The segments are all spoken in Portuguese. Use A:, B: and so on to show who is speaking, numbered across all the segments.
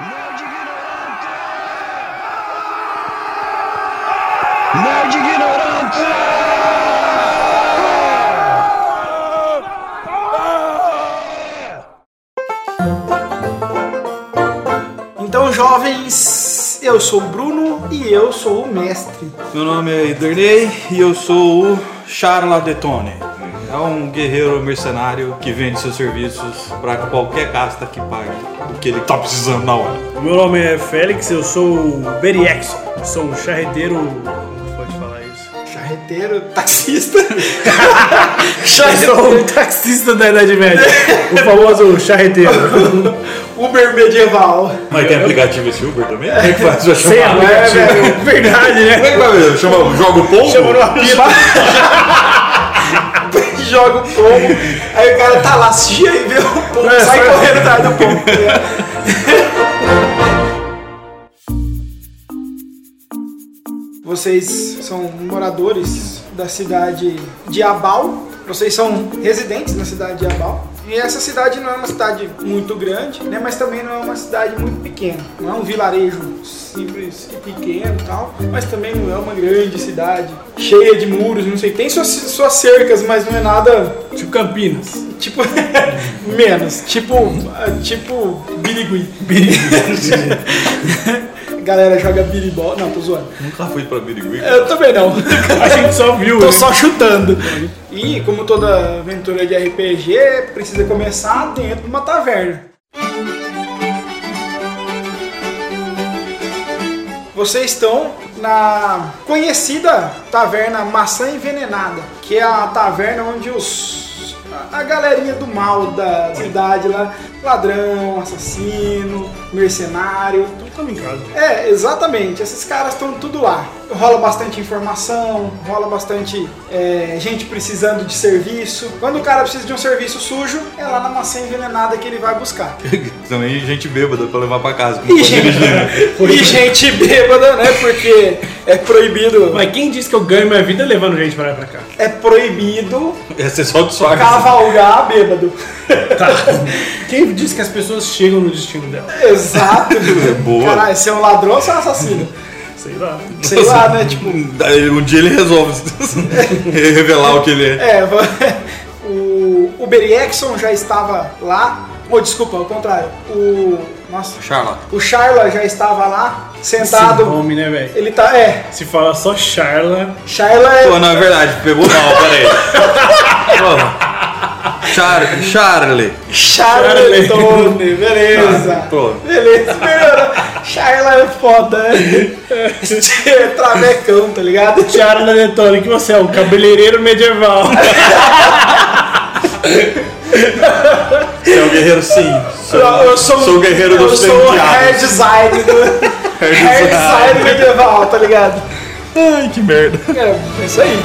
A: Nerd ignorante! Nerd ignorante!
B: Então, jovens, eu sou o Bruno e eu sou o mestre.
C: Meu nome é Iderley e eu sou o Charlatone. É um guerreiro mercenário que vende seus serviços para qualquer casta que pague o que ele tá precisando na hora.
D: Meu nome é Félix, eu sou o Beriexo, sou um charreteiro. Como pode falar isso?
B: Charreteiro, tá taxista.
D: Sou um taxista da Idade Média, o famoso charreteiro.
B: Uber medieval.
C: Mas tem aplicativo esse Uber também? Como é que faz? Vai
D: Sem a
C: chamar?
D: é, velho. Verdade, né?
C: Como é que vai fazer? Chama, joga o pombo?
D: Chama no apito.
B: Joga o pombo. Aí o cara tá lá, cia e vê o pombo.
D: É,
B: sai
D: sai.
B: correndo atrás do pombo. Vocês são moradores da cidade de Abal. Vocês são residentes na cidade de Abal. E essa cidade não é uma cidade muito grande, né? Mas também não é uma cidade muito pequena. Não é um vilarejo simples e pequeno e tal. Mas também não é uma grande cidade cheia de muros, não sei. Tem suas, suas cercas, mas não é nada
D: Tipo Campinas.
B: tipo menos. Tipo ah, tipo Birigui. Galera joga biribol. Não, tô zoando.
C: Nunca fui pra Birigui.
B: Eu também não.
D: A gente só viu.
B: Tô
D: né?
B: só chutando. E como toda aventura de RPG, precisa começar dentro de uma taverna. Vocês estão na conhecida taverna Maçã Envenenada, que é a taverna onde os a a galerinha do mal da cidade lá, ladrão, assassino, mercenário,
D: Tamo em casa.
B: é, exatamente. Esses caras estão tudo lá. Rola bastante informação, rola bastante é, gente precisando de serviço. Quando o cara precisa de um serviço sujo, é lá na maçã envenenada que ele vai buscar.
C: Também gente bêbada pra levar pra casa.
B: E gente, e gente bêbada, né? Porque é proibido.
D: Mas quem disse que eu ganho minha vida levando gente pra lá e pra cá?
B: É proibido
C: Essa é só de sua
B: cavalgar bêbado.
D: Tá. Quem disse que as pessoas chegam no destino dela?
B: Exato.
C: É boa.
B: Caralho, você é um ladrão ou você é um assassino?
D: Sei lá.
B: Sei lá, né? Tipo,
C: Um dia ele resolve revelar o que ele é.
B: É, va- o, o Barry Exxon já estava lá. Ou desculpa, ao contrário. O. Nossa.
C: Charlatão.
B: O Charla já estava lá,
D: Esse
B: sentado.
D: nome, né, velho?
B: Ele tá. É,
D: Se fala só Charla.
B: Charla
C: Pô,
B: é.
C: na verdade, pegou mal, peraí. Pô, Char Charlie.
B: Charletone, beleza.
C: Pô,
B: Beleza, melhorou. Charla é foda, né? É Travecão, tá ligado?
D: Charla Detone, que você é um cabeleireiro medieval.
C: você é um guerreiro sim. Sou, sou o guerreiro
B: eu
C: dos
B: sou o hair
C: penteados.
B: design do. hair design medieval, tá ligado?
C: Ai, que merda.
B: É, é isso aí.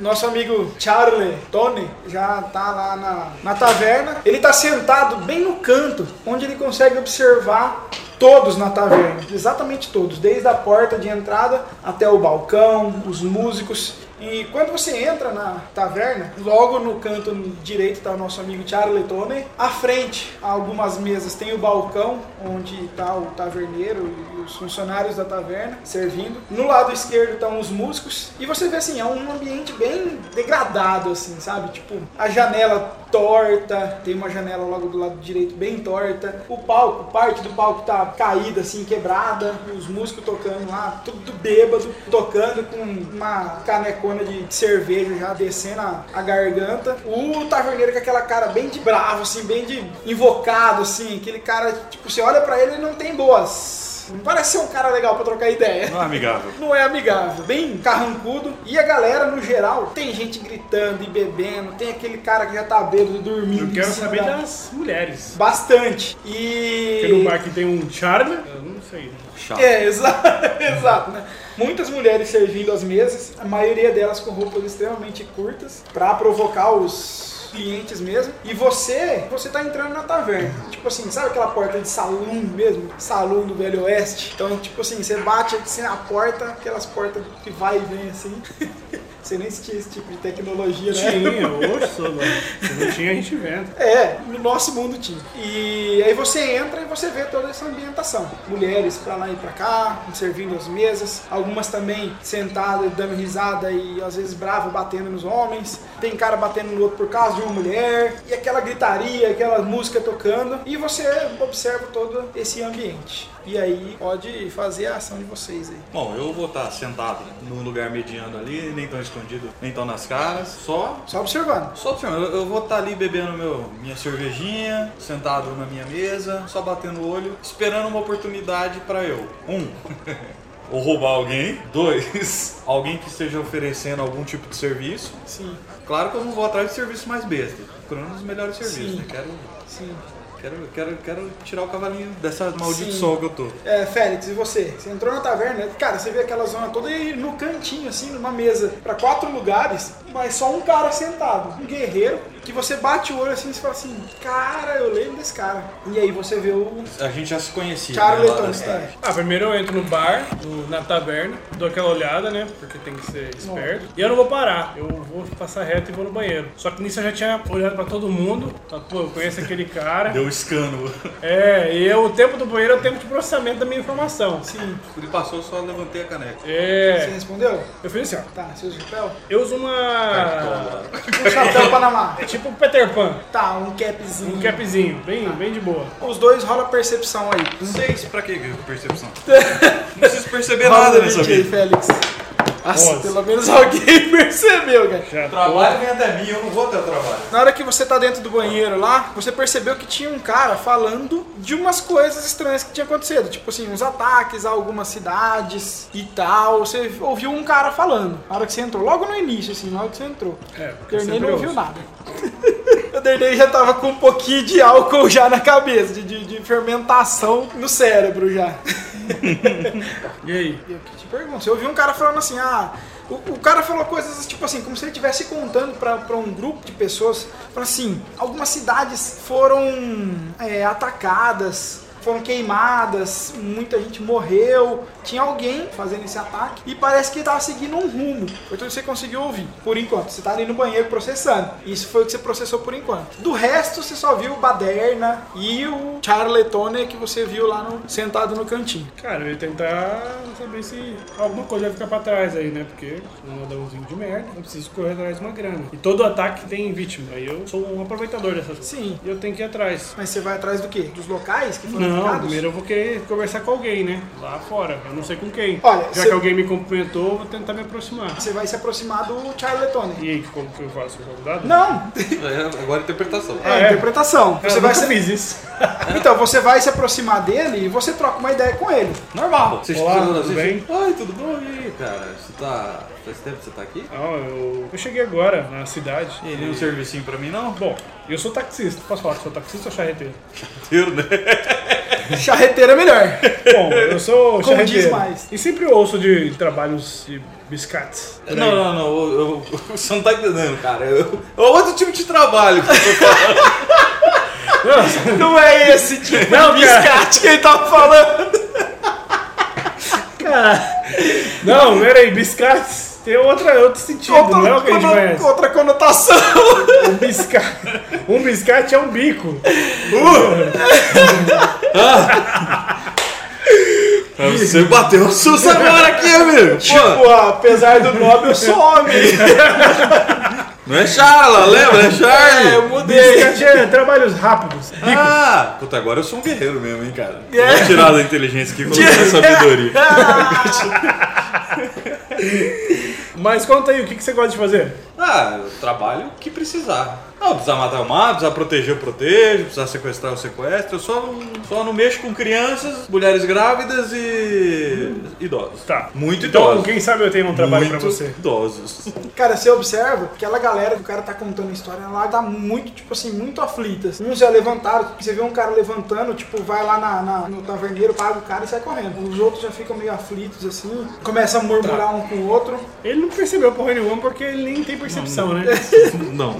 B: Nosso amigo Charlie Tony já tá lá na, na taverna. Ele tá sentado bem no canto, onde ele consegue observar todos na taverna. Exatamente todos, desde a porta de entrada até o balcão, os músicos. E quando você entra na taverna, logo no canto direito tá o nosso amigo Charlie Tony. À frente, a algumas mesas, tem o balcão, onde tá o taverneiro e os funcionários da taverna servindo. No lado esquerdo estão os músicos. E você vê assim, é um ambiente bem degradado, assim, sabe? Tipo, a janela torta, tem uma janela logo do lado direito bem torta. O palco, parte do palco tá caída, assim, quebrada. E os músicos tocando lá, tudo bêbado, tocando com uma canecona de cerveja já descendo a, a garganta. O taverneiro com aquela cara bem de bravo, assim, bem de invocado, assim. Aquele cara, tipo, você olha pra ele e não tem boas. Não parece ser um cara legal pra trocar ideia
C: Não, amigável.
B: não é amigável, bem carrancudo. E a galera, no geral, tem gente gritando e bebendo, tem aquele cara que já tá bêbado dormindo.
D: Eu
B: em
D: quero
B: cima
D: saber
B: da-
D: das mulheres.
B: Bastante.
D: Porque no
B: E.
D: bar que tem um Charla, eu não sei. né?
C: Chato.
B: É, exato, exato, né? Muitas mulheres servindo às mesas, a maioria delas com roupas extremamente curtas, pra provocar os clientes mesmo. E você, você tá entrando na taverna. Tipo assim, sabe aquela porta de salão mesmo? Salão do Velho Oeste. Então, tipo assim, você bate assim na porta, aquelas portas que vai e vem assim. Você nem tinha esse tipo de tecnologia, né?
D: Tinha, hoje sou, mano. Se não tinha, a gente inventa.
B: É, no nosso mundo tinha. E aí você entra e você vê toda essa ambientação. Mulheres pra lá e pra cá, servindo as mesas. Algumas também sentadas, dando risada e às vezes bravo, batendo nos homens. Tem cara batendo no outro por causa de uma mulher. E aquela gritaria, aquela música tocando. E você observa todo esse ambiente. E aí pode fazer a ação de vocês aí.
C: Bom, eu vou estar sentado num lugar mediano ali, nem tão escondido, nem tão nas caras, só.
B: Só observando.
C: Só observando, eu, eu vou estar ali bebendo meu, minha cervejinha, sentado na minha mesa, só batendo o olho, esperando uma oportunidade pra eu. Um. Ou roubar alguém. Dois. Alguém que esteja oferecendo algum tipo de serviço.
B: Sim,
C: Claro que eu não vou atrás de serviço mais besta. Procurando os melhores serviços,
B: Sim.
C: né? Quero,
B: sim.
C: quero, quero, quero tirar o cavalinho dessa maldição que eu tô.
B: É, Félix, e você? Você entrou na taverna, cara, você vê aquela zona toda e no cantinho, assim, numa mesa, pra quatro lugares, mas só um cara sentado, um guerreiro, que você bate o olho assim e você fala assim, cara, eu lembro desse cara. E aí você vê o
C: A gente já se conhecia.
B: Charles
C: né, lá
B: Leton.
C: da cidade.
D: Ah, primeiro eu entro no bar, no- na taverna, dou aquela olhada, né? Porque tem que ser esperto. E eu não vou parar, eu vou passar reto e vou no banheiro. Só que nisso eu já tinha olhado pra todo mundo. Tá, pô, eu conheço aquele cara.
C: Deu escândalo.
D: É, e eu- o tempo do banheiro é o tempo de processamento da minha informação. Sim.
C: Ele passou, só levantei a caneca.
B: Você
D: É,
B: respondeu?
D: eu fiz assim, ó.
B: Tá, seu chapéu?
D: Eu uso uma.
C: Cartola.
B: Um chapéu Panamá.
D: É tipo Peter Pan,
B: Tá, um capzinho.
D: um capzinho, bem, bem de boa.
B: Os dois rola a percepção aí.
C: Seis, pra que percepção? Não preciso perceber nada
B: Rola
C: nessa
B: 20 aí,
C: vida.
B: Félix. Nossa,
D: Onze.
B: pelo menos alguém percebeu, cara.
D: Já
C: Trabalho vem até mim, eu não vou até o trabalho.
B: Na hora que você tá dentro do banheiro lá, você percebeu que tinha um cara falando de umas coisas estranhas que tinha acontecido. Tipo assim, uns ataques a algumas cidades e tal. Você ouviu um cara falando. Na hora que você entrou, logo no início, assim, na hora que você entrou.
D: É,
B: o Dernei
D: sempre
B: não ouviu
D: ouço.
B: nada. O Dernei já tava com um pouquinho de álcool já na cabeça, de, de- de fermentação no cérebro já.
D: E aí?
B: Eu que te pergunto, você ouviu um cara falando assim, ah. O, o cara falou coisas tipo assim, como se ele estivesse contando pra pra um grupo de pessoas, falando assim, algumas cidades foram é, atacadas, foram queimadas, muita gente morreu, tinha alguém fazendo esse ataque e parece que ele tava seguindo um rumo. Foi tudo que você conseguiu ouvir, por enquanto. Você tá ali no banheiro processando. Isso foi o que você processou por enquanto. Do resto, você só viu o Baderna e o Charletone que você viu lá no- sentado no cantinho.
D: Cara, eu ia tentar saber se alguma coisa vai ficar pra trás aí, né? Porque não é um de merda, eu preciso correr atrás de uma grana. E todo ataque tem vítima, aí eu sou um aproveitador dessas coisas.
B: Sim,
D: E eu tenho que ir atrás.
B: Mas você vai atrás do quê? Dos locais que foram
D: Não,
B: atacados?
D: primeiro eu vou querer conversar com alguém, né? Lá fora, eu não sei com quem.
B: Olha,
D: Já
B: cê-
D: que alguém me cumprimentou, eu vou tentar me aproximar.
B: Você vai se aproximar do Charletone.
D: E aí, como que eu faço? Eu jogo dado?
B: Não!
C: É, agora a interpretação.
B: É,
D: Ah, é?
B: interpretação.
D: Cara,
B: Você
D: eu
B: vai
D: nunca
B: se...
D: fiz isso.
B: Então, você vai se aproximar dele e você troca uma ideia com ele.
C: Normal. Vocês
D: Olá,
C: estão
D: tudo bem?
C: né? Oi, tudo bom? E aí, cara? Você tá. Faz tempo que você tá aqui?
D: Não, eu, eu cheguei agora na cidade.
C: E aí, nem um
D: E-
C: servicinho pra mim, não?
D: Bom, eu sou taxista. Posso falar que sou taxista ou charreteiro?
C: Inteiro, né?
B: Charreteiro é melhor.
D: Bom, eu sou
B: Como diz
D: charreteiro.
B: mais.
D: E sempre ouço de trabalhos de biscates. por aí.
C: Não, não, não. eu- eu- você não tá entendendo, cara. Eu- é outro tipo de trabalho.
B: Não é esse tipo
D: Não,
C: um
B: de
D: cara.
B: biscate que ele tava falando.
D: Não, peraí, biscates tem outra, outro sentido,
B: Outra,
D: não é o que a gente
B: cono-
D: conhece.
B: outra conotação.
D: Um biscate, um biscate é um bico.
C: você bateu o susto agora aqui, amigo. Pô,
B: Pô, apesar do nome, eu sou homem.
C: não é Charla, lembra? É Charlie.
B: É, eu mudei.
D: Biscate é trabalhos rápidos.
C: Ah, puta, agora eu sou um guerreiro mesmo, hein, cara.
B: É.
C: Vou tirar da inteligência aqui e colocar na sabedoria.
D: Mas conta aí, o que, que você gosta de fazer?
C: Ah, eu trabalho o que precisar. Não, precisar matar o mato, precisar proteger eu protejo, precisar sequestrar eu sequestro. Eu só não, só não mexo com crianças, mulheres grávidas e idosos.
D: Tá.
C: Muito
D: então,
C: idosos.
D: quem sabe eu tenho um trabalho
C: Muito
D: pra você.
C: idosos.
B: Cara, você observa que aquela galera que o cara tá contando a história lá tá muito, tipo assim, muito aflitas. Uns já levantaram, você vê um cara levantando, tipo, vai lá na, na- no taverneiro, paga o cara e sai correndo. Os outros já ficam meio aflitos, assim, começam a murmurar um com o outro.
D: Ele não percebeu porra nenhuma porque ele nem tem percepção, né?
E: Não.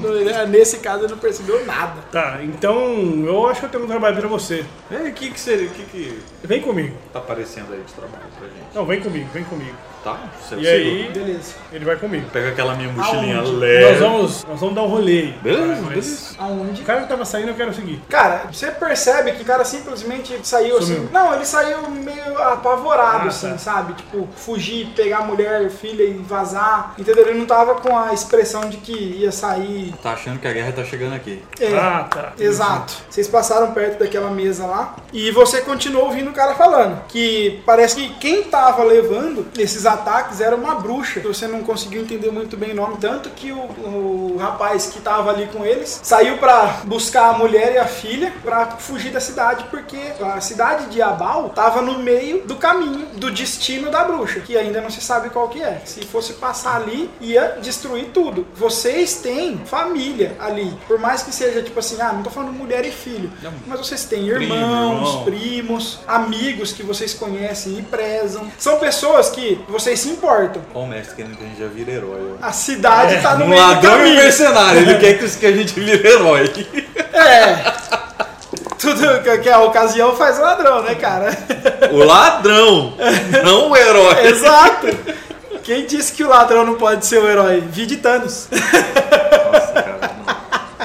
B: Nesse caso ele não percebeu nada.
D: Tá, então eu acho que eu tenho um trabalho pra você.
C: É, o que que seria, o que que
D: Vem comigo.
C: tá aparecendo aí de trabalho pra gente?
D: Não, vem comigo, vem comigo.
C: Tá? Você
D: E aí,
B: Beleza.
D: ele vai comigo.
C: Pega aquela minha mochilinha
B: Aonde?
C: leve.
D: Nós, vamos, nós vamos dar um rolê aí.
C: É. Beleza,
D: Mas
C: beleza.
B: Aonde?
D: O cara que tava saindo eu quero seguir.
B: Cara, você percebe que o cara simplesmente saiu
D: Sumiu.
B: assim. Não, ele saiu meio apavorado,
D: Ah,
B: assim,
D: tá.
B: sabe? Tipo, fugir, pegar a mulher, o filho e vazar. Entendeu? Ele não tava com a expressão de que ia sair.
C: Tá achando que a guerra tá chegando aqui.
B: É,
D: Ah, tá.
B: Exato. Vocês passaram perto daquela mesa lá e você continuou ouvindo o cara falando. Que parece que quem tava levando esses ataques era uma bruxa. Você não conseguiu entender muito bem o nome. Tanto que o, o rapaz que tava ali com eles saiu pra buscar a mulher e a filha pra fugir da cidade, porque a cidade de Abal tava no meio do caminho do destino da bruxa, que ainda não se sabe qual que é. Se fosse passar ali, ia destruir tudo. Vocês têm família ali. Por mais que seja tipo assim, ah, não tô falando mulher e filho.
C: Não.
B: Mas vocês têm
C: Primo,
B: irmãos,
C: irmão.
B: primos, amigos que vocês conhecem e prezam. São pessoas que vocês se importam.
C: Ó, o mestre querendo que a gente já vira herói, ó.
B: A cidade tá no
C: Um
B: meio do
C: ladrão e um
B: caminho.
C: mercenário, ele quer que que a gente vire herói.
B: É. Tudo que- que a ocasião faz ladrão, né, cara?
C: O ladrão, não o herói.
B: Exato! Quem disse que o ladrão não pode ser o herói? Vi de Thanos.
C: Nossa, cara, não.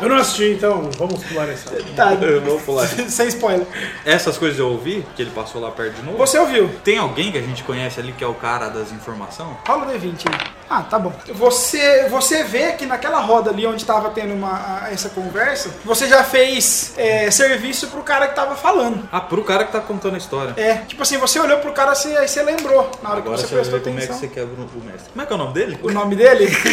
D: Eu não assisti, então vamos pular essa.
B: Tá,
C: Eu vou pular.
B: sem spoiler.
C: Essas coisas eu ouvi, que ele passou lá perto de novo.
B: Você ouviu?
C: Tem alguém que a gente conhece ali que é o cara das informações?
B: Rola o D20 aí. Ah, tá bom. Você, você vê que naquela roda ali onde tava tendo uma, a- essa conversa, você já fez é, serviço pro cara que tava falando.
C: Ah, pro cara que tá contando a história.
B: É, tipo assim, você olhou pro cara e aí você lembrou na hora
C: Agora
B: que você
C: você vai
B: prestou
C: ver como é que
B: atenção.
C: você quebra o mestre. Como é que é o nome dele?
B: O nome dele?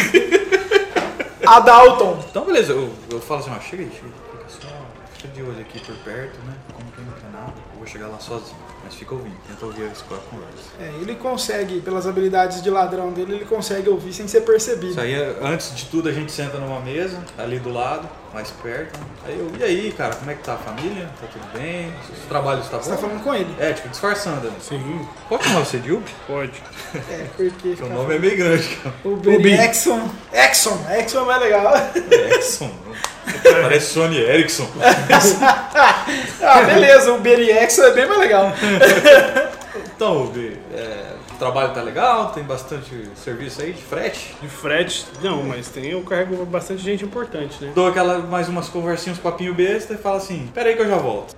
B: Adalton.
C: Então, beleza, eu, eu falo assim, ó, chega aí, chega aí, fica só, fica de olho aqui por perto, né? Como quem não quer nada, eu vou chegar lá sozinho. Mas fica ouvindo, tenta ouvir a escola conversa.
B: É, ele consegue, pelas habilidades de ladrão dele, ele consegue ouvir sem ser percebido.
C: Isso aí, é- antes de tudo, a gente senta numa mesa, ali do lado, mais perto. né? Aí eu, e aí, cara, como é que tá a família? Tá tudo bem? Os trabalhos tá
B: Você tá
C: bom?
B: falando com ele.
C: É, tipo, disfarçando. né?
D: Sim,
C: Pode chamar você de Ubi?
D: pode.
B: É, porque.
C: Seu nome é meio grande, cara.
B: O Billy
D: Bi.
B: Exxon. Exxon. Exxon é mais legal.
C: Erickson. né. Parece Sony Erickson.
B: ah, beleza. O Billy Exxon é bem mais legal.
C: Então, Ubi, é, o trabalho tá legal, tem bastante serviço aí de frete.
D: De frete, não, mas tem, eu carrego bastante gente importante, né?
C: Dou aquela mais umas conversinhas, uns papinho besta e fala assim: Pera aí que eu já volto.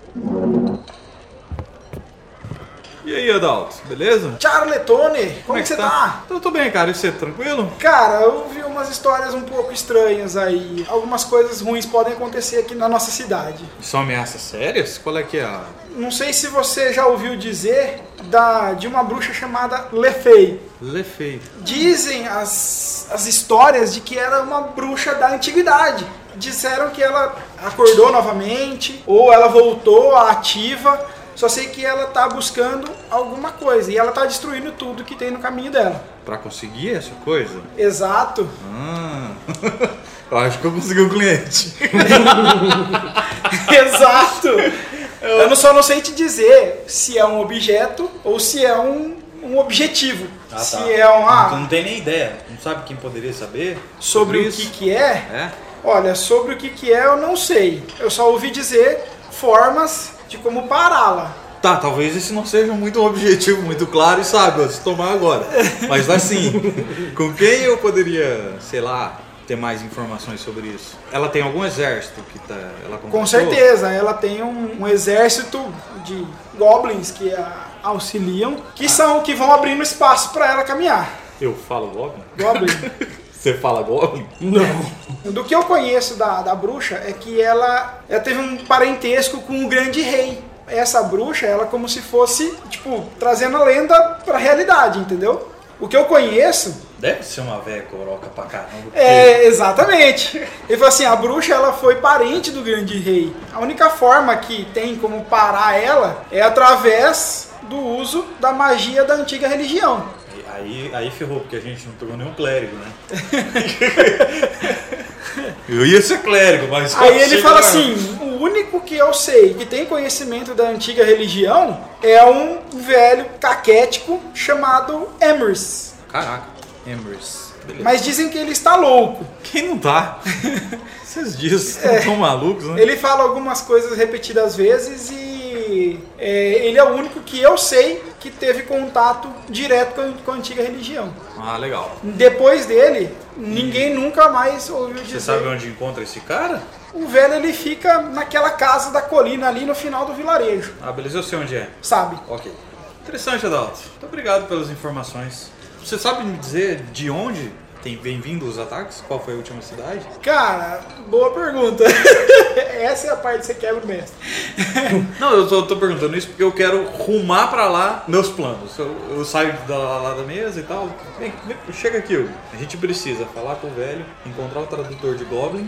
C: E aí, Adalto, beleza?
B: Charletone, como, é que você tá?
C: Então, Eu tô bem, cara, e você, tranquilo?
B: Cara, eu vi umas histórias um pouco estranhas aí. Algumas coisas ruins podem acontecer aqui na nossa cidade.
C: São ameaças sérias? Qual é que é a.
B: Não sei se você já ouviu dizer da, de uma bruxa chamada Lefei.
C: Lefeito.
B: Dizem as, as histórias de que era uma bruxa da antiguidade. Disseram que ela acordou novamente, ou ela voltou à ativa. Só sei que ela tá buscando alguma coisa e ela tá destruindo tudo que tem no caminho dela.
C: Pra conseguir essa coisa?
B: Exato.
C: Ah. eu acho que eu consegui um cliente.
B: Exato! Eu não- só não sei te dizer se é um objeto ou se é um, um objetivo.
C: tá.
B: se é um. ah,
C: Tu não tem nem ideia. Não sabe quem poderia saber?
B: sobre o que, que é?
C: É?
B: Olha, sobre o que, que é eu não sei. Eu só ouvi dizer formas de como pará-la.
C: Tá, talvez esse não seja muito um objetivo muito claro e sabe, ó, se tomar agora. Mas assim, com quem eu poderia, sei lá, ter mais informações sobre isso? Ela tem algum exército que tá, ela
B: Com
C: contratou?
B: certeza, ela tem um, um exército de goblins que a auxiliam, que são que vão abrindo espaço para ela caminhar.
C: Eu falo Goblin?
B: Goblin.
C: Você fala Goblin?
D: Não.
B: Do que eu conheço da, da bruxa é que ela, ela teve um parentesco com o grande rei. Essa bruxa, ela como se fosse, tipo, trazendo a lenda pra realidade, entendeu? O que eu conheço
C: Deve ser uma velha coroca pra caramba. porque
B: é exatamente. Ele falou assim, a bruxa ela foi parente do grande rei. A única forma que tem como parar ela é através do uso da magia da antiga religião.
C: Aí, aí ferrou, porque a gente não pegou nenhum clérigo, né? eu ia ser clérigo, mas.
B: Aí ele fala
C: né?
B: assim: o único que eu sei que tem conhecimento da antiga religião é um velho caquético chamado Emers.
C: Caraca, Emrys. Beleza.
B: Mas dizem que ele está louco.
C: Quem não tá? Vocês dizem, vocês tão malucos, né?
B: Ele fala algumas coisas repetidas vezes e é, ele é o único que eu sei que teve contato direto com, com a antiga religião.
C: Ah, legal.
B: Depois dele, ninguém nunca mais ouviu dizer.
C: Uhum. Você sabe onde encontra esse cara?
B: O velho ele fica naquela casa da colina ali no final do vilarejo,
C: Ah, beleza, eu sei onde é.
B: sabe?
C: Ok. Interessante, Adalto. Muito obrigado pelas informações. Você sabe me dizer de onde tem vem vindo os ataques? Qual foi a última cidade?
B: Cara, boa pergunta. Essa é a parte que você quebra o mestre.
C: Não, eu tô, tô perguntando isso porque eu quero rumar pra lá meus planos. Eu, eu saio da, lá da mesa e tal. Vem, vem, chega aqui, Hugo. A gente precisa falar com o velho, encontrar o tradutor de Goblin,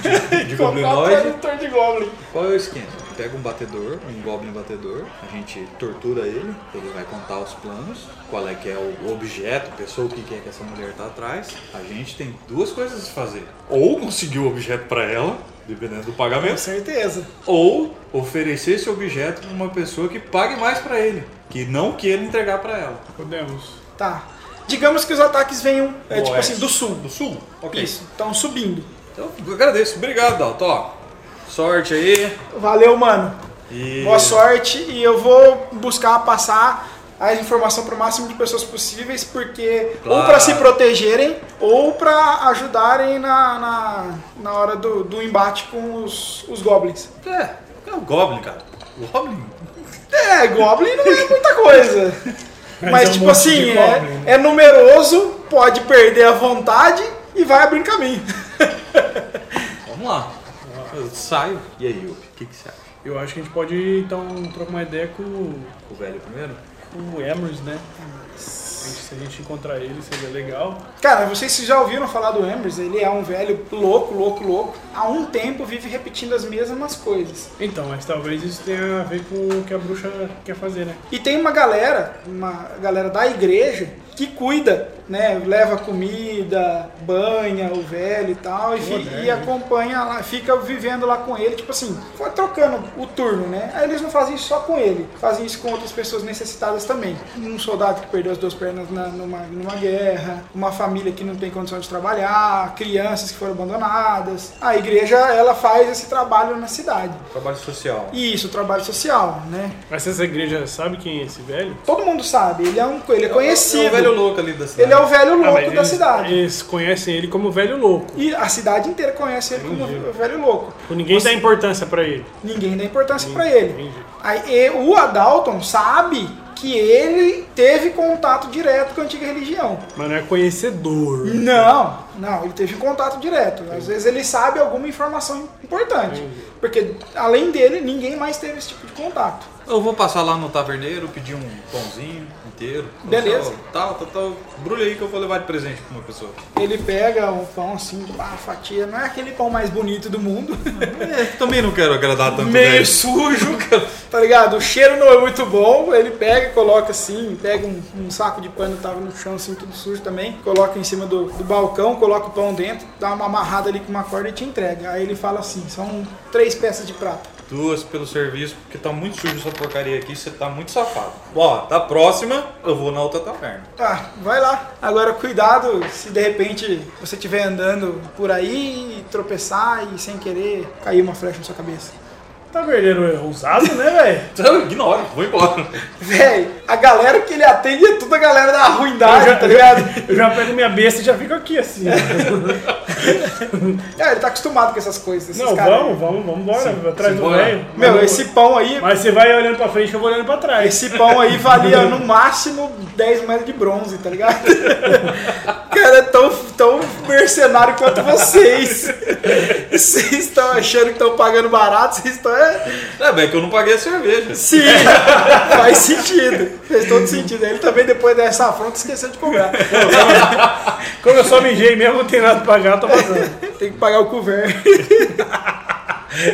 C: de, de
B: Contrato
C: Goblinoide.
B: tradutor de Goblin.
C: Qual é o esquema? Pega um batedor, um goblin batedor, a gente tortura ele, ele vai contar os planos, qual é que é o objeto, a pessoa, o que que é que essa mulher tá atrás. A gente tem duas coisas a fazer. Ou conseguir o objeto pra ela, dependendo do
B: Com
C: pagamento,
B: certeza.
C: ou oferecer esse objeto pra uma pessoa que pague mais pra ele, que não queira entregar pra ela.
D: Podemos.
B: Tá. Digamos que os ataques venham, é,
C: Do
B: tipo
C: oeste.
B: assim, do sul.
C: Do sul? Ok.
B: Isso, estão subindo.
C: Então, eu agradeço. Obrigado, Dalton. Ó, Sorte aí.
B: Valeu, mano.
C: E...
B: Boa sorte e eu vou buscar passar a informação para o máximo de pessoas possíveis, porque ou
C: Claro.
B: para se protegerem ou para ajudarem na, na, na hora do, do embate com os, os goblins.
C: É, é o Goblin, cara. O Goblin?
B: É, goblin não é muita coisa. Mas,
D: Mas é um
B: tipo
D: monte
B: assim,
D: de
B: é,
D: goblin, né?
B: é numeroso, pode perder a vontade e vai abrindo caminho.
C: Vamos lá. Eu saio. E aí, Yup, o que, que você acha?
D: Eu acho que a gente pode, então, trocar uma ideia com o-
C: O velho primeiro?
D: com o Emrys, né? A gente- Se a gente encontrar ele, seria legal.
B: Cara, vocês já ouviram falar do Embers? Ele é um velho louco, louco, louco. Há um tempo vive repetindo as mesmas coisas.
D: Então, mas talvez isso tenha a ver com o que a bruxa quer fazer, né?
B: E tem uma galera, uma galera da igreja que cuida, né? Leva comida, banha o velho e tal, e, fi- e acompanha lá, fica vivendo lá com ele, tipo assim, foi trocando o turno, né? Aí eles não fazem isso só com ele, fazem isso com outras pessoas necessitadas também. Um soldado que perdeu as duas pernas na- numa, numa guerra, uma família que não tem condição de trabalhar, crianças que foram abandonadas. A igreja, ela faz esse trabalho na cidade.
C: Trabalho social.
B: E isso, o trabalho social, né?
D: Mas essa igreja sabe quem é esse velho?
B: Todo mundo sabe, ele é um ele é
C: É
B: conhecido.
C: o velho louco ali da cidade.
B: ele é o velho
D: Ah,
B: louco
D: mas
B: da
D: eles-
B: cidade.
D: Eles conhecem ele como velho louco.
B: E a cidade inteira conhece ele como o velho louco.
D: Tipo, Ninguém dá importância pra ele.
B: Ninguém dá importância pra ele.
D: Entendi.
B: Aí, e o Adalton sabe que ele teve contato direto com a antiga religião.
D: Mas não é conhecedor.
B: Não, não, ele teve contato direto. Às vezes ele sabe alguma informação importante. Porque além dele, ninguém mais teve esse tipo de contato.
C: Eu vou passar lá no taverneiro, pedir um pãozinho inteiro.
B: Beleza.
C: Tal, tal, tal. Brulha aí que eu vou levar de presente pra uma pessoa.
B: Ele pega um pão assim, pá, fatia, não é aquele pão mais bonito do mundo.
C: É, também não quero agradar tanto
B: meio
C: velho.
B: sujo, cara. Tá ligado? O cheiro não é muito bom. Ele pega, coloca assim, pega um, um saco de pano que tava no chão, assim, tudo sujo também. Coloca em cima do, do balcão, coloca o pão dentro, dá uma amarrada ali com uma corda e te entrega. Aí ele fala assim: são três peças de prata.
C: Duas pelo serviço, porque tá muito sujo essa porcaria aqui, você tá muito safado. Ó, da próxima, eu vou na outra taverna.
B: Tá, vai lá. Agora cuidado se de repente você estiver andando por aí e tropeçar e sem querer cair uma flecha na sua cabeça.
D: Taverneiro é ousado, né, velho?
C: Então eu ignoro, vou embora.
B: Véi, a galera que ele atende é toda a galera da ruindade, tá ligado?
D: Eu já pego minha besta e já fico aqui assim.
B: É, ele tá acostumado com essas coisas. Esses
D: não,
B: caras.
D: vamos, vamos, vamos embora. Atrás do
C: simbora.
D: velho.
B: Meu,
D: Mas-
B: esse pão aí,
D: Mas você vai olhando pra frente que eu vou olhando pra trás.
B: esse pão aí valia no máximo 10 moedas de bronze, tá ligado? Cara, é tão, tão mercenário quanto vocês. Vocês estão achando que estão pagando barato, vocês estão. é-
C: É, bem que eu não paguei a cerveja.
B: Sim, faz sentido. Fez todo sentido. Ele também, depois dessa afronta, esqueceu de cobrar.
D: Como eu só mijei mesmo, não tem nada pra pagar, eu tô passando.
B: Tem que pagar o couvert.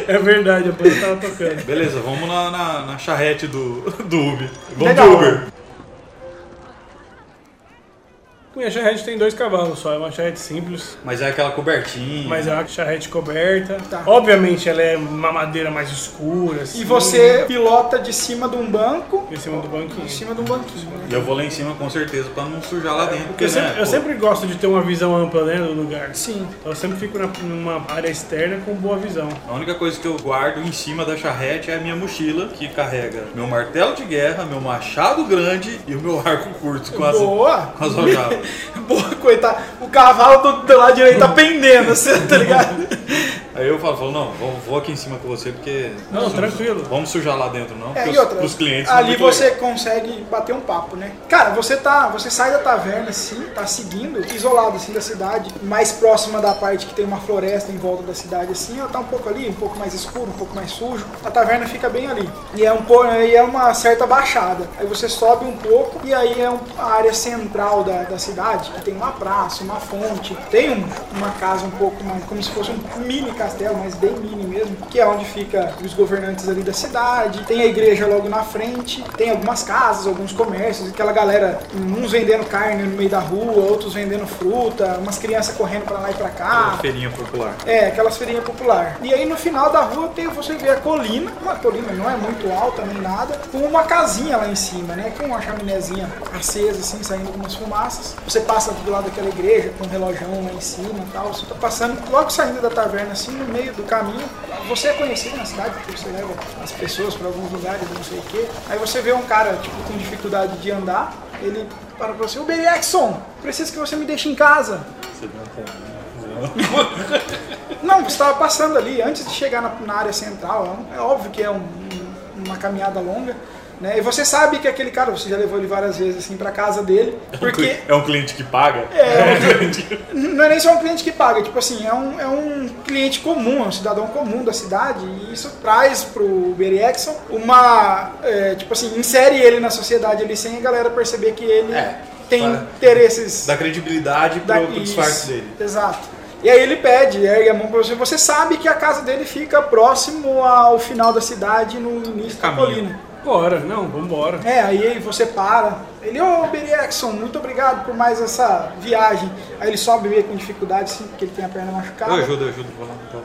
D: É verdade, a banda tava tocando.
C: Beleza, vamos na, na, na charrete do, do Uber. Vamos
B: Legal.
C: de Uber.
D: Com Minha charrete tem dois cavalos só, é uma charrete simples.
C: Mas é aquela cobertinha.
D: Mas é uma charrete coberta.
B: Tá.
D: Obviamente ela é uma madeira mais escura. assim,
B: E você pilota de cima de um banco,
D: Em cima do banquinho.
B: em cima de um banquinho. né?
C: E eu vou lá em cima com certeza pra não sujar
B: É,
C: lá dentro.
D: Porque eu, sempre,
C: né,
D: eu
C: pô,
D: sempre gosto de ter uma visão ampla né, do lugar.
B: Sim.
D: Eu sempre fico na- numa área externa com boa visão.
C: A única coisa que eu guardo em cima da charrete é a minha mochila, que carrega meu martelo de guerra, meu machado grande e o meu arco curto com as,
B: Boa.
C: com as aljavas.
B: Boa, coitado. O cavalo do, do lado direito tá pendendo, você tá ligado?
C: Aí eu falo, falo, não, vou, vou aqui em cima com você porque.
D: Não,
C: vamos-
D: tranquilo.
C: Vamos sujar lá dentro, não?
B: É,
C: porque
B: e
C: os,
B: outra,
C: os clientes. são
B: ali
C: muito
B: você
C: legais.
B: consegue bater um papo, né? Cara, você tá, você sai da taverna assim, tá seguindo, isolado assim da cidade, mais próxima da parte que tem uma floresta em volta da cidade assim, ó, tá um pouco ali, um pouco mais escuro, um pouco mais sujo. A taverna fica bem ali. E é um pouco, e é uma certa baixada. Aí você sobe um pouco e aí é um- a área central da, da cidade, que tem uma praça, uma fonte, tem um- uma casa um pouco mais, como se fosse um mini castelo, mas bem mini mesmo, que é onde fica os governantes ali da cidade, tem a igreja logo na frente, tem algumas casas, alguns comércios, aquela galera, uns vendendo carne no meio da rua, outros vendendo fruta, umas crianças correndo pra lá e pra cá.
C: Feirinha popular.
B: É, aquelas feirinhas popular. E aí no final da rua tem, você vê a colina, uma colina não é muito alta nem nada, com uma casinha lá em cima, né? Com uma chaminézinha acesa, assim, saindo algumas fumaças. Você passa do lado daquela igreja, com um relojão lá em cima e tal. Você tá passando, logo saindo da taverna, assim, no meio do caminho. Você é conhecido na cidade, porque você leva as pessoas para alguns lugares, não sei o quê. Aí você vê um cara, tipo, com dificuldade de andar, ele para pra você, ô Ben Jackson, preciso que você me deixe em casa.
C: Você não tem, né?
B: Não, você estava passando ali, antes de chegar na, na área central, é, um- é óbvio que é um- um- uma caminhada longa, né? E você sabe que aquele cara, você já levou ele várias vezes assim para casa dele, porque
C: É um cliente que paga? um
B: é, não é nem só um cliente que paga, tipo assim, é um, é um cliente comum, é um cidadão comum da cidade, e isso traz pro Barry Exxon uma, é, tipo assim, insere ele na sociedade ali sem a galera perceber que ele
C: É,
B: tem
C: para-
B: interesses
C: Dá credibilidade pro, pro
B: Daqui,
C: disfarce
B: isso,
C: dele.
B: Exato. E aí ele pede, ergue a mão pra você. Você sabe que a casa dele fica próximo ao final da cidade, no início da
C: Caminho.
B: colina.
D: Bora, não, vambora.
B: É, aí você para. Ele, ô, Billy Erickson, muito obrigado por mais essa viagem. Aí ele sobe meio com dificuldade, assim, porque ele tem a perna machucada.
C: Eu ajudo, eu ajudo. Vou lá, então,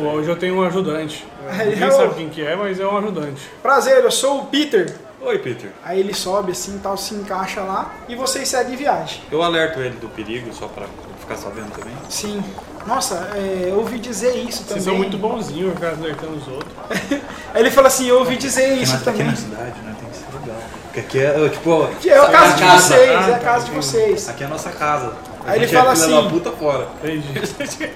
C: não.
D: É, hoje eu tenho um ajudante.
B: Aí
D: Ninguém
B: eu-
D: sabe quem que é, mas é um ajudante.
B: Prazer, eu sou o Peter.
C: Oi, Peter.
B: Aí ele sobe assim tal, se encaixa lá e vocês seguem viagem.
C: Eu alerto ele do perigo, só pra ficar sabendo também.
B: Sim. Nossa, é, eu ouvi dizer isso também.
D: Vocês são muito bonzinhos, ficar alertando os outros.
B: Aí ele fala assim, eu ouvi dizer isso
C: Mas
B: também.
C: aqui na cidade, né? Tem que ser legal. Porque aqui é, tipo.
B: É a casa
C: é
B: de
C: casa.
B: vocês, é a
D: Ah, tá,
B: casa de vocês.
C: Aqui é a nossa casa. A
B: Aí ele
C: gente é
B: fala
C: filha
B: assim-
C: da puta fora.
D: Entendi.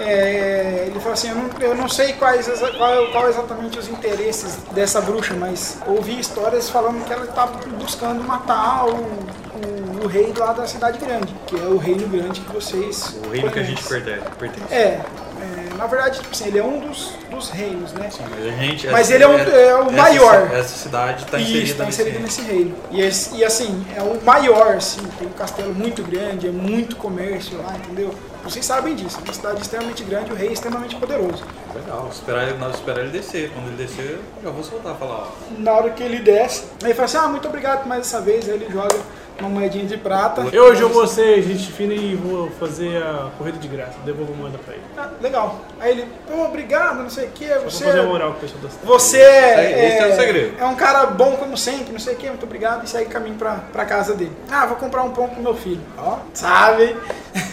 B: É, ele falou assim, eu não, eu não sei quais exa- qual, é qual exatamente os interesses dessa bruxa, mas ouvi histórias falando que ela está buscando matar o, o- o rei lá da cidade grande, que é o reino grande que vocês
C: O reino que a gente
B: conhecem.
C: pertence. pertence.
B: É, é, na verdade, tipo assim, ele é um dos, dos reinos, né?
C: Sim, mas a gente-
B: Mas
C: essa-
B: ele é um- é o
C: essa-
B: maior.
C: Essa cidade tá
B: E
C: inserida,
B: está
C: nesse
B: inserido
C: reino.
B: nesse reino. E, esse- e assim, é o maior, assim, tem um castelo muito grande, é muito comércio lá, entendeu? Vocês sabem disso, é uma cidade extremamente grande, o rei é extremamente poderoso.
C: Legal, esperar, ele- nós esperar ele descer. Quando ele descer, eu já vou soltar falar, ó.
B: Na hora que ele desce, ele fala assim: Ah, muito obrigado por mais essa vez. Aí ele joga uma moedinha de prata.
D: Eu hoje eu vou ser gente fina e vou fazer a corrida de graça. Devolvo a moeda pra ele.
B: Ah, legal. Aí ele, pô, obrigado, não sei o que,
D: Vou
B: você. é
D: fazer a moral com o pessoal da cidade.
B: Você
C: é-
B: é,
C: esse é o segredo.
B: é um cara bom como sempre, não sei o que, muito obrigado, e segue caminho pra, pra casa dele. Ah, vou comprar um pão pro meu filho. Ó, sabe?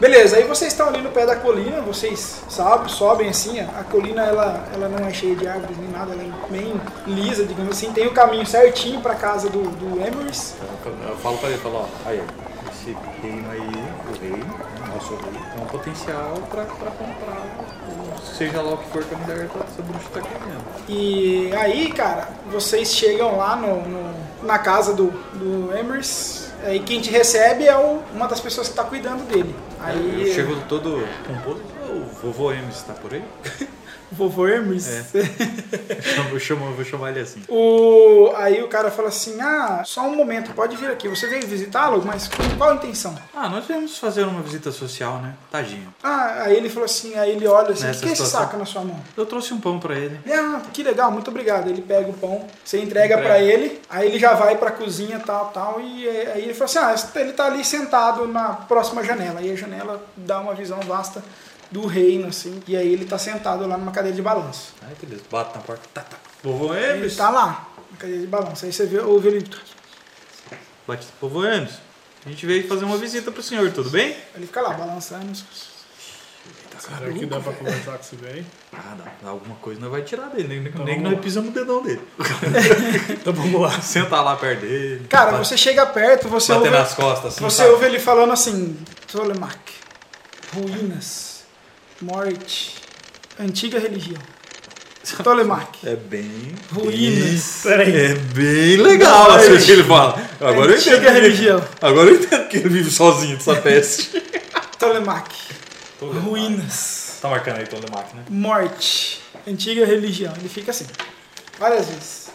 B: Beleza, aí vocês estão ali no pé da colina, vocês sabem, sobem assim, ó. a colina ela, ela não é cheia de árvores nem nada, ela é bem lisa, digamos assim, tem o caminho certinho pra casa do, do Emerys.
C: Eu falo pra ele, falo, ó, aí, ó, esse reino aí, o reino, né, nosso reino, tem um potencial pra, pra comprar, o- seja lá o que for que a mulher, tá- essa bruxa tá querendo.
B: E aí, cara, vocês chegam lá no, no- na casa do, do Emers. E quem te recebe é o- uma das pessoas que tá cuidando dele.
C: Aí
B: Aí.
C: eu chego todo composto, "Ô, o vovô Emes tá por aí?
B: Vovô Hermes.
C: É. Chama- Eu, chamo- eu vou chamar ele assim.
B: O, aí o cara fala assim: Ah, só um momento, pode vir aqui. Você veio visitá-lo, mas com qual intenção?
C: Ah, nós viemos fazer uma visita social, né? Tadinho.
B: Ah, aí ele falou assim: Aí ele olha assim: O
C: Nessa
B: que é esse
C: situação.
B: saco na sua mão?
C: Eu trouxe um pão pra ele.
B: Ele, ah, que legal, muito obrigado. Ele pega o pão, você entrega
C: Entrega.
B: pra ele, aí ele já vai pra cozinha, tal, tal. E é, aí ele fala assim: Ah, esse- ele tá ali sentado na próxima janela. Aí a janela dá uma visão vasta do reino, assim. E aí ele tá sentado lá numa cadeira de balanço.
C: Ai, que beleza. Bate na porta. Tá, tá. Vovô Hermes.
B: Ele tá lá, na cadeira de balanço. Aí você vê, ouve ele.
C: Bate. Vovô Hermes, a gente veio fazer uma visita pro senhor, tudo bem?
B: Ele fica lá balançando. Tá
D: Será que dá pra conversar com esse velho?
C: Ah, dá. Alguma coisa nós vai tirar dele. Nem, nem que nós pisamos no dedão dele.
D: Então vamos lá.
C: Sentar lá perto dele.
B: Cara,
C: bate-
B: você chega perto, você
C: Bater
B: ouve,
C: nas costas, assim.
B: você
C: sabe?
B: ouve ele falando assim: Tolemak, ruínas, morte, antiga religião. Tolemak.
C: É bem.
B: Ruínas.
D: Peraí.
C: É bem legal assim que ele fala. Agora eu
B: Antiga
C: entendo. que ele-
B: religião.
C: Agora eu entendo que ele vive sozinho dessa peste.
B: Tolemak,
C: Ruim.
B: ruínas,
C: Tá marcando aí Tolemak, né?
B: morte, antiga religião. Ele fica assim, várias vezes.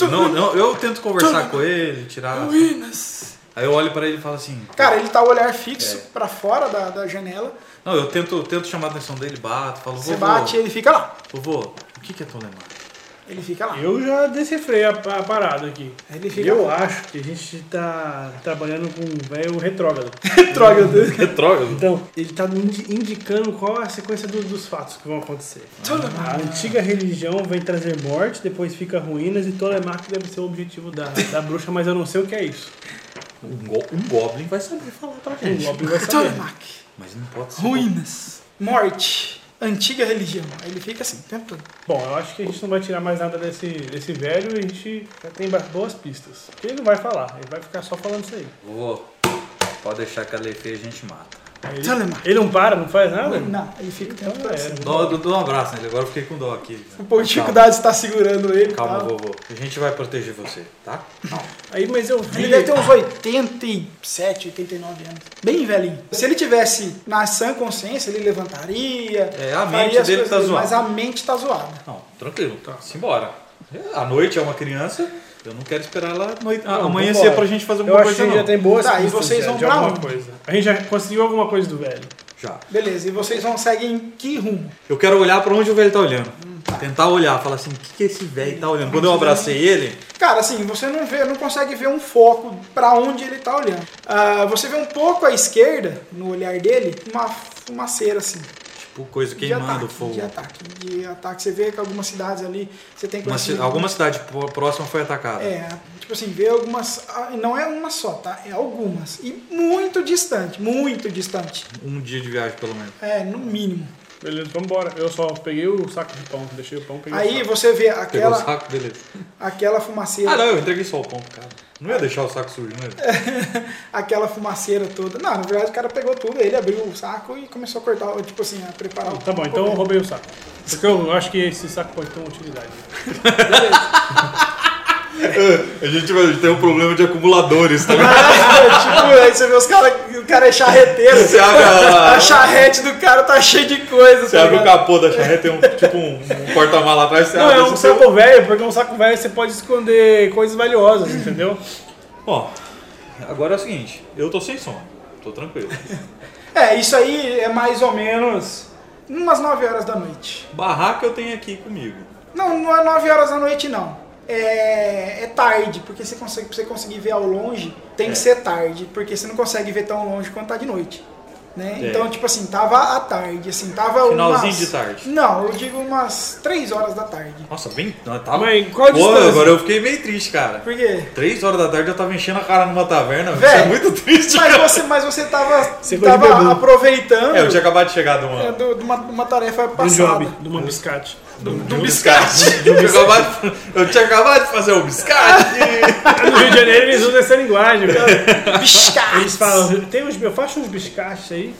C: Não, não, eu tento conversar com ele, tirar.
B: Ruínas.
C: Aí eu olho pra ele e falo assim.
B: Cara, ele tá o olhar fixo
C: É.
B: pra fora da, da janela.
C: Não, eu tento, tento chamar a atenção dele, bato, falo,
B: Você
C: vovô.
B: bate e ele fica lá.
C: Vovô, o que que é Tolemak?
B: Ele fica lá.
D: Eu já decifrei a, a parada aqui.
B: Ele fica-
D: Eu acho que a gente tá trabalhando com um velho retrógrado.
B: Droga, Deus.
C: Retrógrado.
D: Então, ele tá indi- indicando qual é a sequência do- dos fatos que vão acontecer.
B: Tolemak.
D: A antiga religião vem trazer morte, depois fica ruínas e Tolemak deve ser o objetivo da, da bruxa, mas eu não sei o que é isso.
C: Um, go- um Goblin vai saber falar pra
B: É.
D: O
C: gente.
D: Goblin vai saber.
B: Tolemak.
C: Mas não pode ser.
B: Ruínas. Morte. Antiga religião. Aí ele fica assim, o tempo todo.
D: Bom, eu acho que a gente não vai tirar mais nada desse, desse velho e a gente já tem ba- boas pistas. Porque ele não vai falar, ele vai ficar só falando isso aí.
C: Vovô, pode deixar que a lei feia a gente mata.
D: Aí
B: Tolemak.
D: Ele, ele não para, não faz nada?
B: Não, ele fica o tempo
D: Então
B: todo
D: já
B: assim.
D: era.
C: Dó- Eu dou um abraço nele, agora eu fiquei com dó aqui. né?
B: O Pão de Dificuldades tá segurando ele. e
C: Calma,
B: tal.
C: vovô. A gente vai proteger você, tá?
D: Aí, mas eu vi.
B: Ele deve ter um uns 87, 89 anos. Bem velhinho. Se ele tivesse na sã consciência, ele levantaria.
C: É, a
B: faria
C: mente
B: as
C: dele
B: coisas
C: tá zoada.
B: Mas a mente tá zoada.
C: Não, tranquilo. Tá. Simbora. É, A noite é uma criança. Eu não quero esperar ela noite,
D: Não,
C: amanhecer
D: vambora.
C: pra gente fazer
D: Eu
C: alguma
D: acho que
C: coisa,
D: a gente
C: não.
D: já tem boas
B: Tá, e
D: pistas
B: vocês
D: já,
B: vão
D: de
B: pra
D: alguma
B: onde?
D: coisa. A gente já conseguiu alguma coisa do velho.
C: Já.
B: Beleza, e vocês vão seguem em que rumo?
C: Eu quero olhar pra onde o velho tá olhando. Tentar olhar, falar assim, o que, que esse velho tá olhando? Quando eu abracei ele,
B: Cara, assim, você não vê, não consegue ver um foco pra onde ele tá olhando. Ah, você vê um pouco à esquerda, no olhar dele, uma fumaceira assim.
C: tipo, coisa
B: de
D: tá
C: queimando
B: ataque,
C: fogo.
B: De ataque, de ataque. Você vê que algumas cidades ali, você tem
C: Uma ci-
B: conhecido-
C: alguma cidade pró- próxima foi atacada.
B: É, tipo assim, vê algumas. ah, Não é uma só, tá? É algumas. E muito distante, muito distante.
C: Um dia de viagem, pelo menos.
B: É, no mínimo.
D: Beleza, vambora. Eu só peguei o saco de pão, deixei o pão, peguei
B: Aí
D: o saco.
B: você vê
C: Pegou o
B: aquela,
C: saco, beleza.
B: aquela
C: Ah,
B: fumaceira.
C: não, eu entreguei só o pão, cara. Não ia deixar o saco sujo, não ia.
B: aquela fumaceira toda. Não, na verdade o cara pegou tudo, ele abriu o saco e começou a cortar, tipo assim, a preparar o.
D: Tá bom, então eu roubei o saco. Porque eu acho que esse saco pode ter uma utilidade.
C: A gente vai ter um problema de acumuladores tá também.
B: tipo, aí você vê os caras, o cara é charreteiro.
C: Você abre a-
B: a charrete do cara tá cheia de coisa.
C: Você
B: tá
C: abre o
B: ligado?
C: capô da charrete, tem um, tipo um, um porta-mala atrás, você
D: Não,
C: abre assim,
D: é um
C: você tem
D: saco velho, porque um saco velho você pode esconder coisas valiosas, entendeu?
C: Ó, agora é o seguinte, eu tô sem sono, tô tranquilo.
B: É, isso aí é mais ou menos umas 9 horas da noite.
C: Barraca eu tenho aqui comigo.
B: Não, não é 9 horas da noite, não. É, é tarde, porque você consegue, pra você conseguir ver ao longe, tem
C: É.
B: que ser tarde, porque você não consegue ver tão longe quanto tá de noite. Né?
C: É.
B: Então, tipo assim, tava à tarde, assim, tava
C: Finalzinho
B: umas-
C: de tarde.
B: Não, eu digo umas 3 horas da tarde.
C: Nossa, bem... não, Tá...
D: Mas qual a
C: Pô,
D: distância?
C: agora eu fiquei meio triste, cara.
B: Por quê?
C: Três horas da tarde eu tava enchendo a cara numa taverna, velho. Isso
B: Véi,
C: é muito triste,
B: Mas
C: cara.
B: você, mas você tava,
D: Você foi de
B: tava
D: bebu.
B: aproveitando
C: É, eu tinha acabado de chegar de uma...
B: é, do- de uma, de uma tarefa
D: Um job,
B: passada.
D: de uma biscate.
C: De um biscate. Eu, acabado de- eu tinha acabado de fazer um biscate.
D: No Rio de Janeiro eles usam essa linguagem, velho. Eles
B: Biscates!
D: falam, tem uns, eu faço uns biscates aí.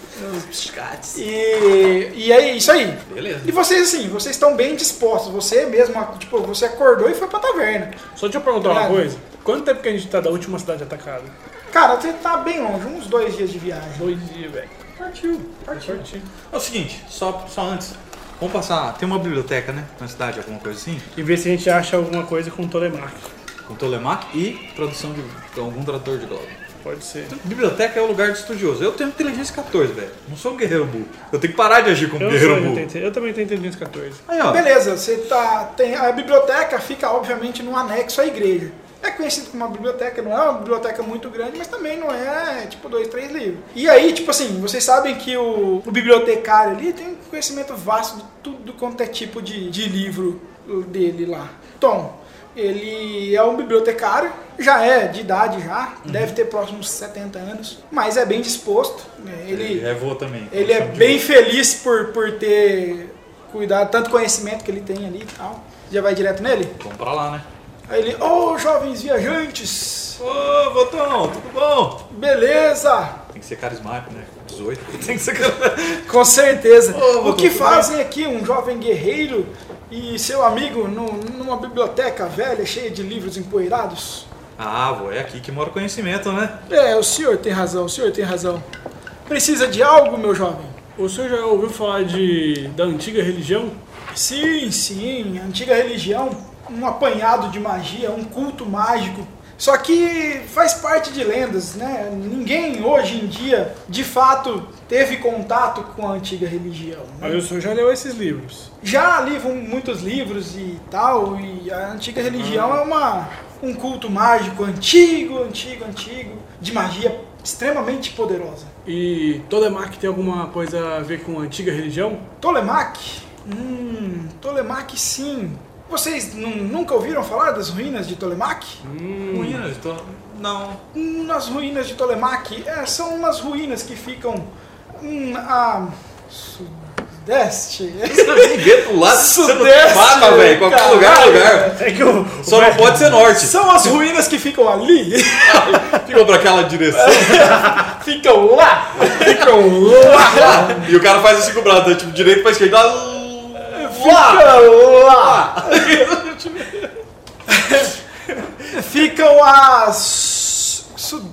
C: Biscates.
B: E, e é isso aí.
C: Beleza.
B: E vocês, assim, vocês estão bem dispostos. Você mesmo, tipo, você acordou e foi pra taverna.
D: Só deixa eu perguntar uma
B: Claro.
D: coisa. Quanto tempo que a gente tá da última cidade atacada?
B: Cara, você tá bem longe, uns dois dias de viagem.
D: Dois dias, velho.
C: Partiu. É o seguinte, só, só antes. Vamos passar. Tem uma biblioteca, né? Na cidade, alguma coisa assim?
D: E ver se a gente acha alguma coisa com Tolemach.
C: Com Telemac e tradução de de algum tradutor de Glauber.
D: Pode ser.
C: Biblioteca é o lugar do estudioso. Eu tenho inteligência 14, velho. Não sou um guerreiro burro. Eu tenho que parar de agir como
D: Eu,
C: guerreiro
D: sou, eu,
C: burro.
D: tentei- eu também tenho inteligência 14.
C: Aí, ó.
B: Beleza, você tá. Tem, a biblioteca fica, obviamente, num anexo à igreja. É conhecido como uma biblioteca, não é uma biblioteca muito grande, mas também não é tipo dois, três livros. E aí, tipo assim, vocês sabem que o, o bibliotecário ali tem um conhecimento vasto de tudo quanto é tipo de, de livro dele lá. Tom, ele é um bibliotecário, já é de idade já,
C: Uhum.
B: deve ter próximos 70 anos, mas é bem disposto. né? Ele,
C: É vô também.
B: ele é
C: Chama de
B: bem feliz por, por ter cuidado, tanto conhecimento que ele tem ali e tal. Já vai direto nele?
C: vô. Vamos pra lá, né?
B: Aí ele, ô jovens viajantes,
C: Ô, Votão, tudo bom?
B: beleza,
C: Tem que ser carismático, né? 18. Tem que ser carismático.
B: com certeza.
C: Ô,
B: o
C: Botu,
B: que
C: tudo
B: fazem aqui um jovem guerreiro e seu amigo no- numa biblioteca velha cheia de livros empoeirados?
C: Ah, vô, é aqui que mora o conhecimento, né?
B: É, o senhor tem razão, o senhor tem razão. Precisa de algo, meu jovem?
D: O senhor já ouviu falar de da antiga religião?
B: Sim, sim, a antiga religião, um apanhado de magia, um culto mágico. Só que faz parte de lendas, né? Ninguém hoje em dia, de fato, teve contato com a antiga religião. né?
D: Mas o senhor já leu esses livros.
B: Já li vão muitos livros e tal, e a antiga religião é uma, um culto mágico antigo, antigo, antigo, de magia extremamente poderosa.
D: E Tolemach tem alguma coisa a ver com a antiga religião?
B: Tolemach? Hum, Tolemach sim. Vocês nu- nunca ouviram falar das ruínas de Tolemach?
D: Hum.
C: Ruínas, né? tô... Não.
B: Hum, Nas ruínas de Tolemach, é, são umas ruínas que ficam hum, a sudeste.
C: Ninguém pro lado. Você não
B: Sudeste,
C: mapa, velho. Qualquer
B: caralho.
C: lugar é lugar.
D: É que o.
C: Só não pode ser norte.
B: São as ruínas que ficam ali,
C: Ficou pra aquela direção.
B: ficam lá, ficam lá,
C: e o cara faz assim com o braço, né? tipo, direito pra esquerda. Lá!
B: ficam lá. ficam as. Sud...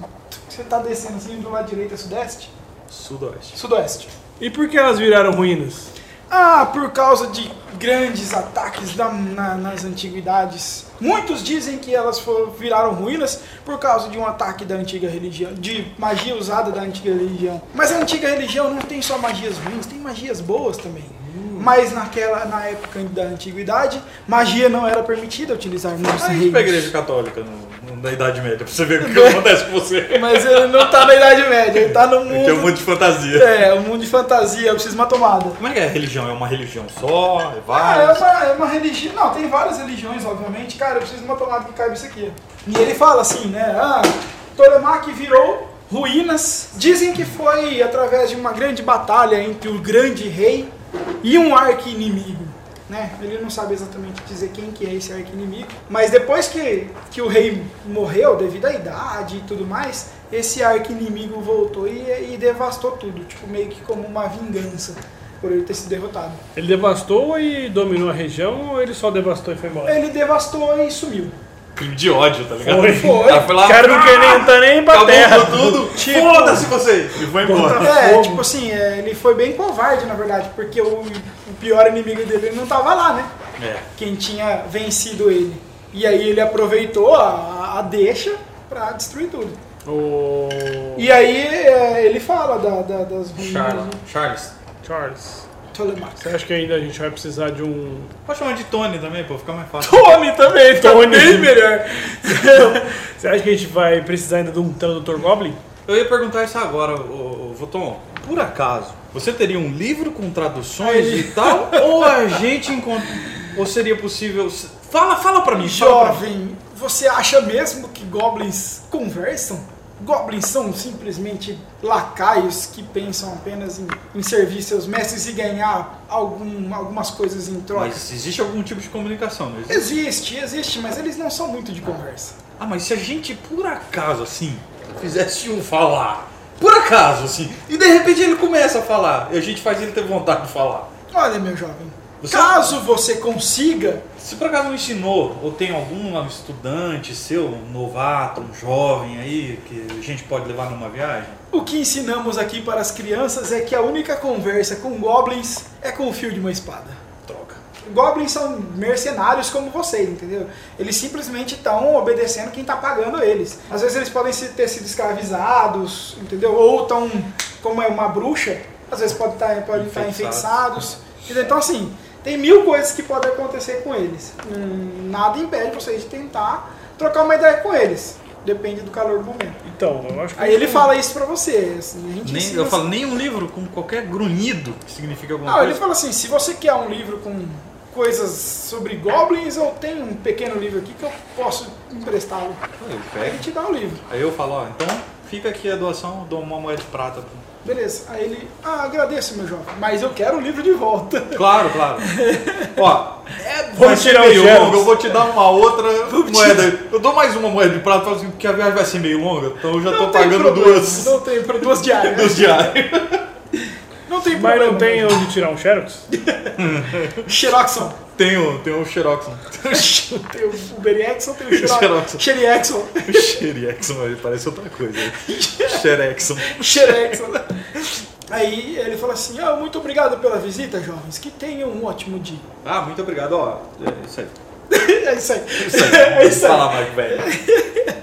B: Você tá descendo assim do lado direito é sudeste?
C: Sudoeste.
B: Sudoeste.
D: E por que elas viraram ruínas?
B: Ah, por causa de grandes ataques da- na- nas antiguidades. Muitos dizem que elas foram, viraram ruínas por causa de um ataque da antiga religião, de magia usada da antiga religião. Mas a antiga religião não tem só magias ruins, tem magias boas também.
C: Hum.
B: Mas naquela, na época da antiguidade, magia não era permitida utilizar nos
C: Aí pra
B: reinos.
C: igreja católica no, no- na Idade Média, pra você ver o que que acontece com você.
B: Mas ele não tá na Idade Média, ele tá no
C: Tem um
B: mundo.
C: monte de fantasia.
B: É, um mundo de fantasia, eu preciso uma tomada.
C: Como é que é a religião? É uma religião só? É
B: Ah, é
C: várias?
B: uma, é uma religião. Não, tem várias religiões, obviamente. Cara, eu preciso de uma tomada que caiba isso aqui. E ele fala assim, né? Ah, Tolemach virou ruínas. Dizem que foi através de uma grande batalha entre o grande rei e um arqui-inimigo. Né? Ele não sabe exatamente dizer quem que é esse arqui-inimigo. Mas depois que, que o rei morreu, devido à idade e tudo mais, esse arqui-inimigo voltou e, e devastou tudo. Tipo, meio que como uma vingança por ele ter sido derrotado.
D: Ele devastou e dominou a região ou ele só devastou e foi embora?
B: Ele devastou e sumiu.
C: Crime de ódio, tá ligado?
D: Foi.
C: O cara foi lá,
D: O cara não quer nem entrar nem pra terra.
C: acabou com tudo. Foda-se vocês! Tipo- E foi embora.
B: É,
D: fogo.
B: tipo assim, é, ele foi bem covarde, na verdade, porque o, o pior inimigo dele não tava lá, né?
C: É.
B: Quem tinha vencido ele. E aí ele aproveitou a, a deixa pra destruir tudo.
D: O.
B: E aí é, ele fala da, da- das ruínas
C: Charles. Charles.
D: Charles.
B: de Tolemach.
D: Você acha que ainda a gente vai precisar de um.
C: Pode chamar de Tony também, pô, fica mais fácil.
D: Tony também, Tony!
B: Tá Bem melhor.
D: Você acha que a gente vai precisar ainda de um tradutor Goblin?
C: Eu ia perguntar isso agora, ô, ô, Voton. Por acaso, você teria um livro com traduções
B: Aí.
C: e tal? ou a gente encontra. Ou seria possível. Fala, fala pra mim, fala pra mim.
B: Jovem, você acha mesmo que goblins conversam? Goblins são simplesmente lacaios que pensam apenas em, em servir seus mestres e ganhar algum- algumas coisas em troca.
C: Mas existe algum tipo de comunicação, não existe?
B: Existe, existe, mas eles não são muito de conversa.
C: Ah, mas se a gente, por acaso, assim, fizesse um falar, por acaso, assim, e de repente ele começa a falar, e a gente faz ele ter vontade de falar.
B: Olha, meu jovem,
C: Você- é um
B: caso você consiga,
C: Se por acaso não ensinou, ou tem algum um estudante seu, um novato, um jovem aí, que a gente pode levar numa viagem?
B: o que ensinamos aqui para as crianças é que a única conversa com goblins é com o fio de uma espada. Troca. Goblins são mercenários como vocês, entendeu? Eles simplesmente estão obedecendo quem tá pagando eles. Às vezes eles podem se- ter sido escravizados, entendeu? Ou tão, como é uma bruxa, às vezes podem estar podem tá
C: Enfeitiçados.
B: enfeitiçados. Entendeu? Então, assim, tem mil coisas que podem acontecer com eles. Hum, nada impede vocês de tentar trocar uma ideia com eles. Depende do calor do momento.
D: Então, eu acho que.
B: Aí ele fala isso pra você. assim, a gente
C: Uhum. Nem,
B: ensina
C: eu falo, nem um livro com qualquer grunhido que significa alguma
B: Não, ele
C: coisa.
B: fala assim, se você quer um livro com coisas sobre goblins, eu tenho um pequeno livro aqui que eu posso emprestá-lo.
C: Eu
B: Ele
C: pego.
B: te dá o livro.
C: Aí eu falo, ó, então fica aqui a doação, eu dou uma moeda de prata. pro-
B: Beleza. Aí ele, ah, agradeço, meu jovem, mas eu quero o livro de volta.
C: Claro, claro. ó, é
D: Vou
C: vai ser
D: tirar o
C: meio
D: Xerox.
C: longa, eu vou te dar uma outra moeda. Eu dou mais uma moeda de prata, falo assim, porque a viagem vai ser meio longa, então eu já tô
B: Não tem
C: pagando
B: problema,
C: duas
B: Não tem para duas
C: dos
B: diárias.
C: diários.
B: Não tem
D: Mas
B: problema. né?
D: não tem onde tirar um Xerox?
B: Xeroxon.
C: Tem um, tem um Xerox.
B: tem o Beriexon, tem o
C: Xeroxon.
B: Xeroxon. Xeriexon.
C: Xerexon, mas parece outra coisa. Xerexon.
B: Xerexon. Aí ele fala assim, ah, muito obrigado pela visita, jovens, que tenham um ótimo dia.
C: Ah, muito obrigado, ó. É isso aí.
B: É isso aí.
C: Isso aí.
B: É isso aí.
C: Fala, Mike, velho.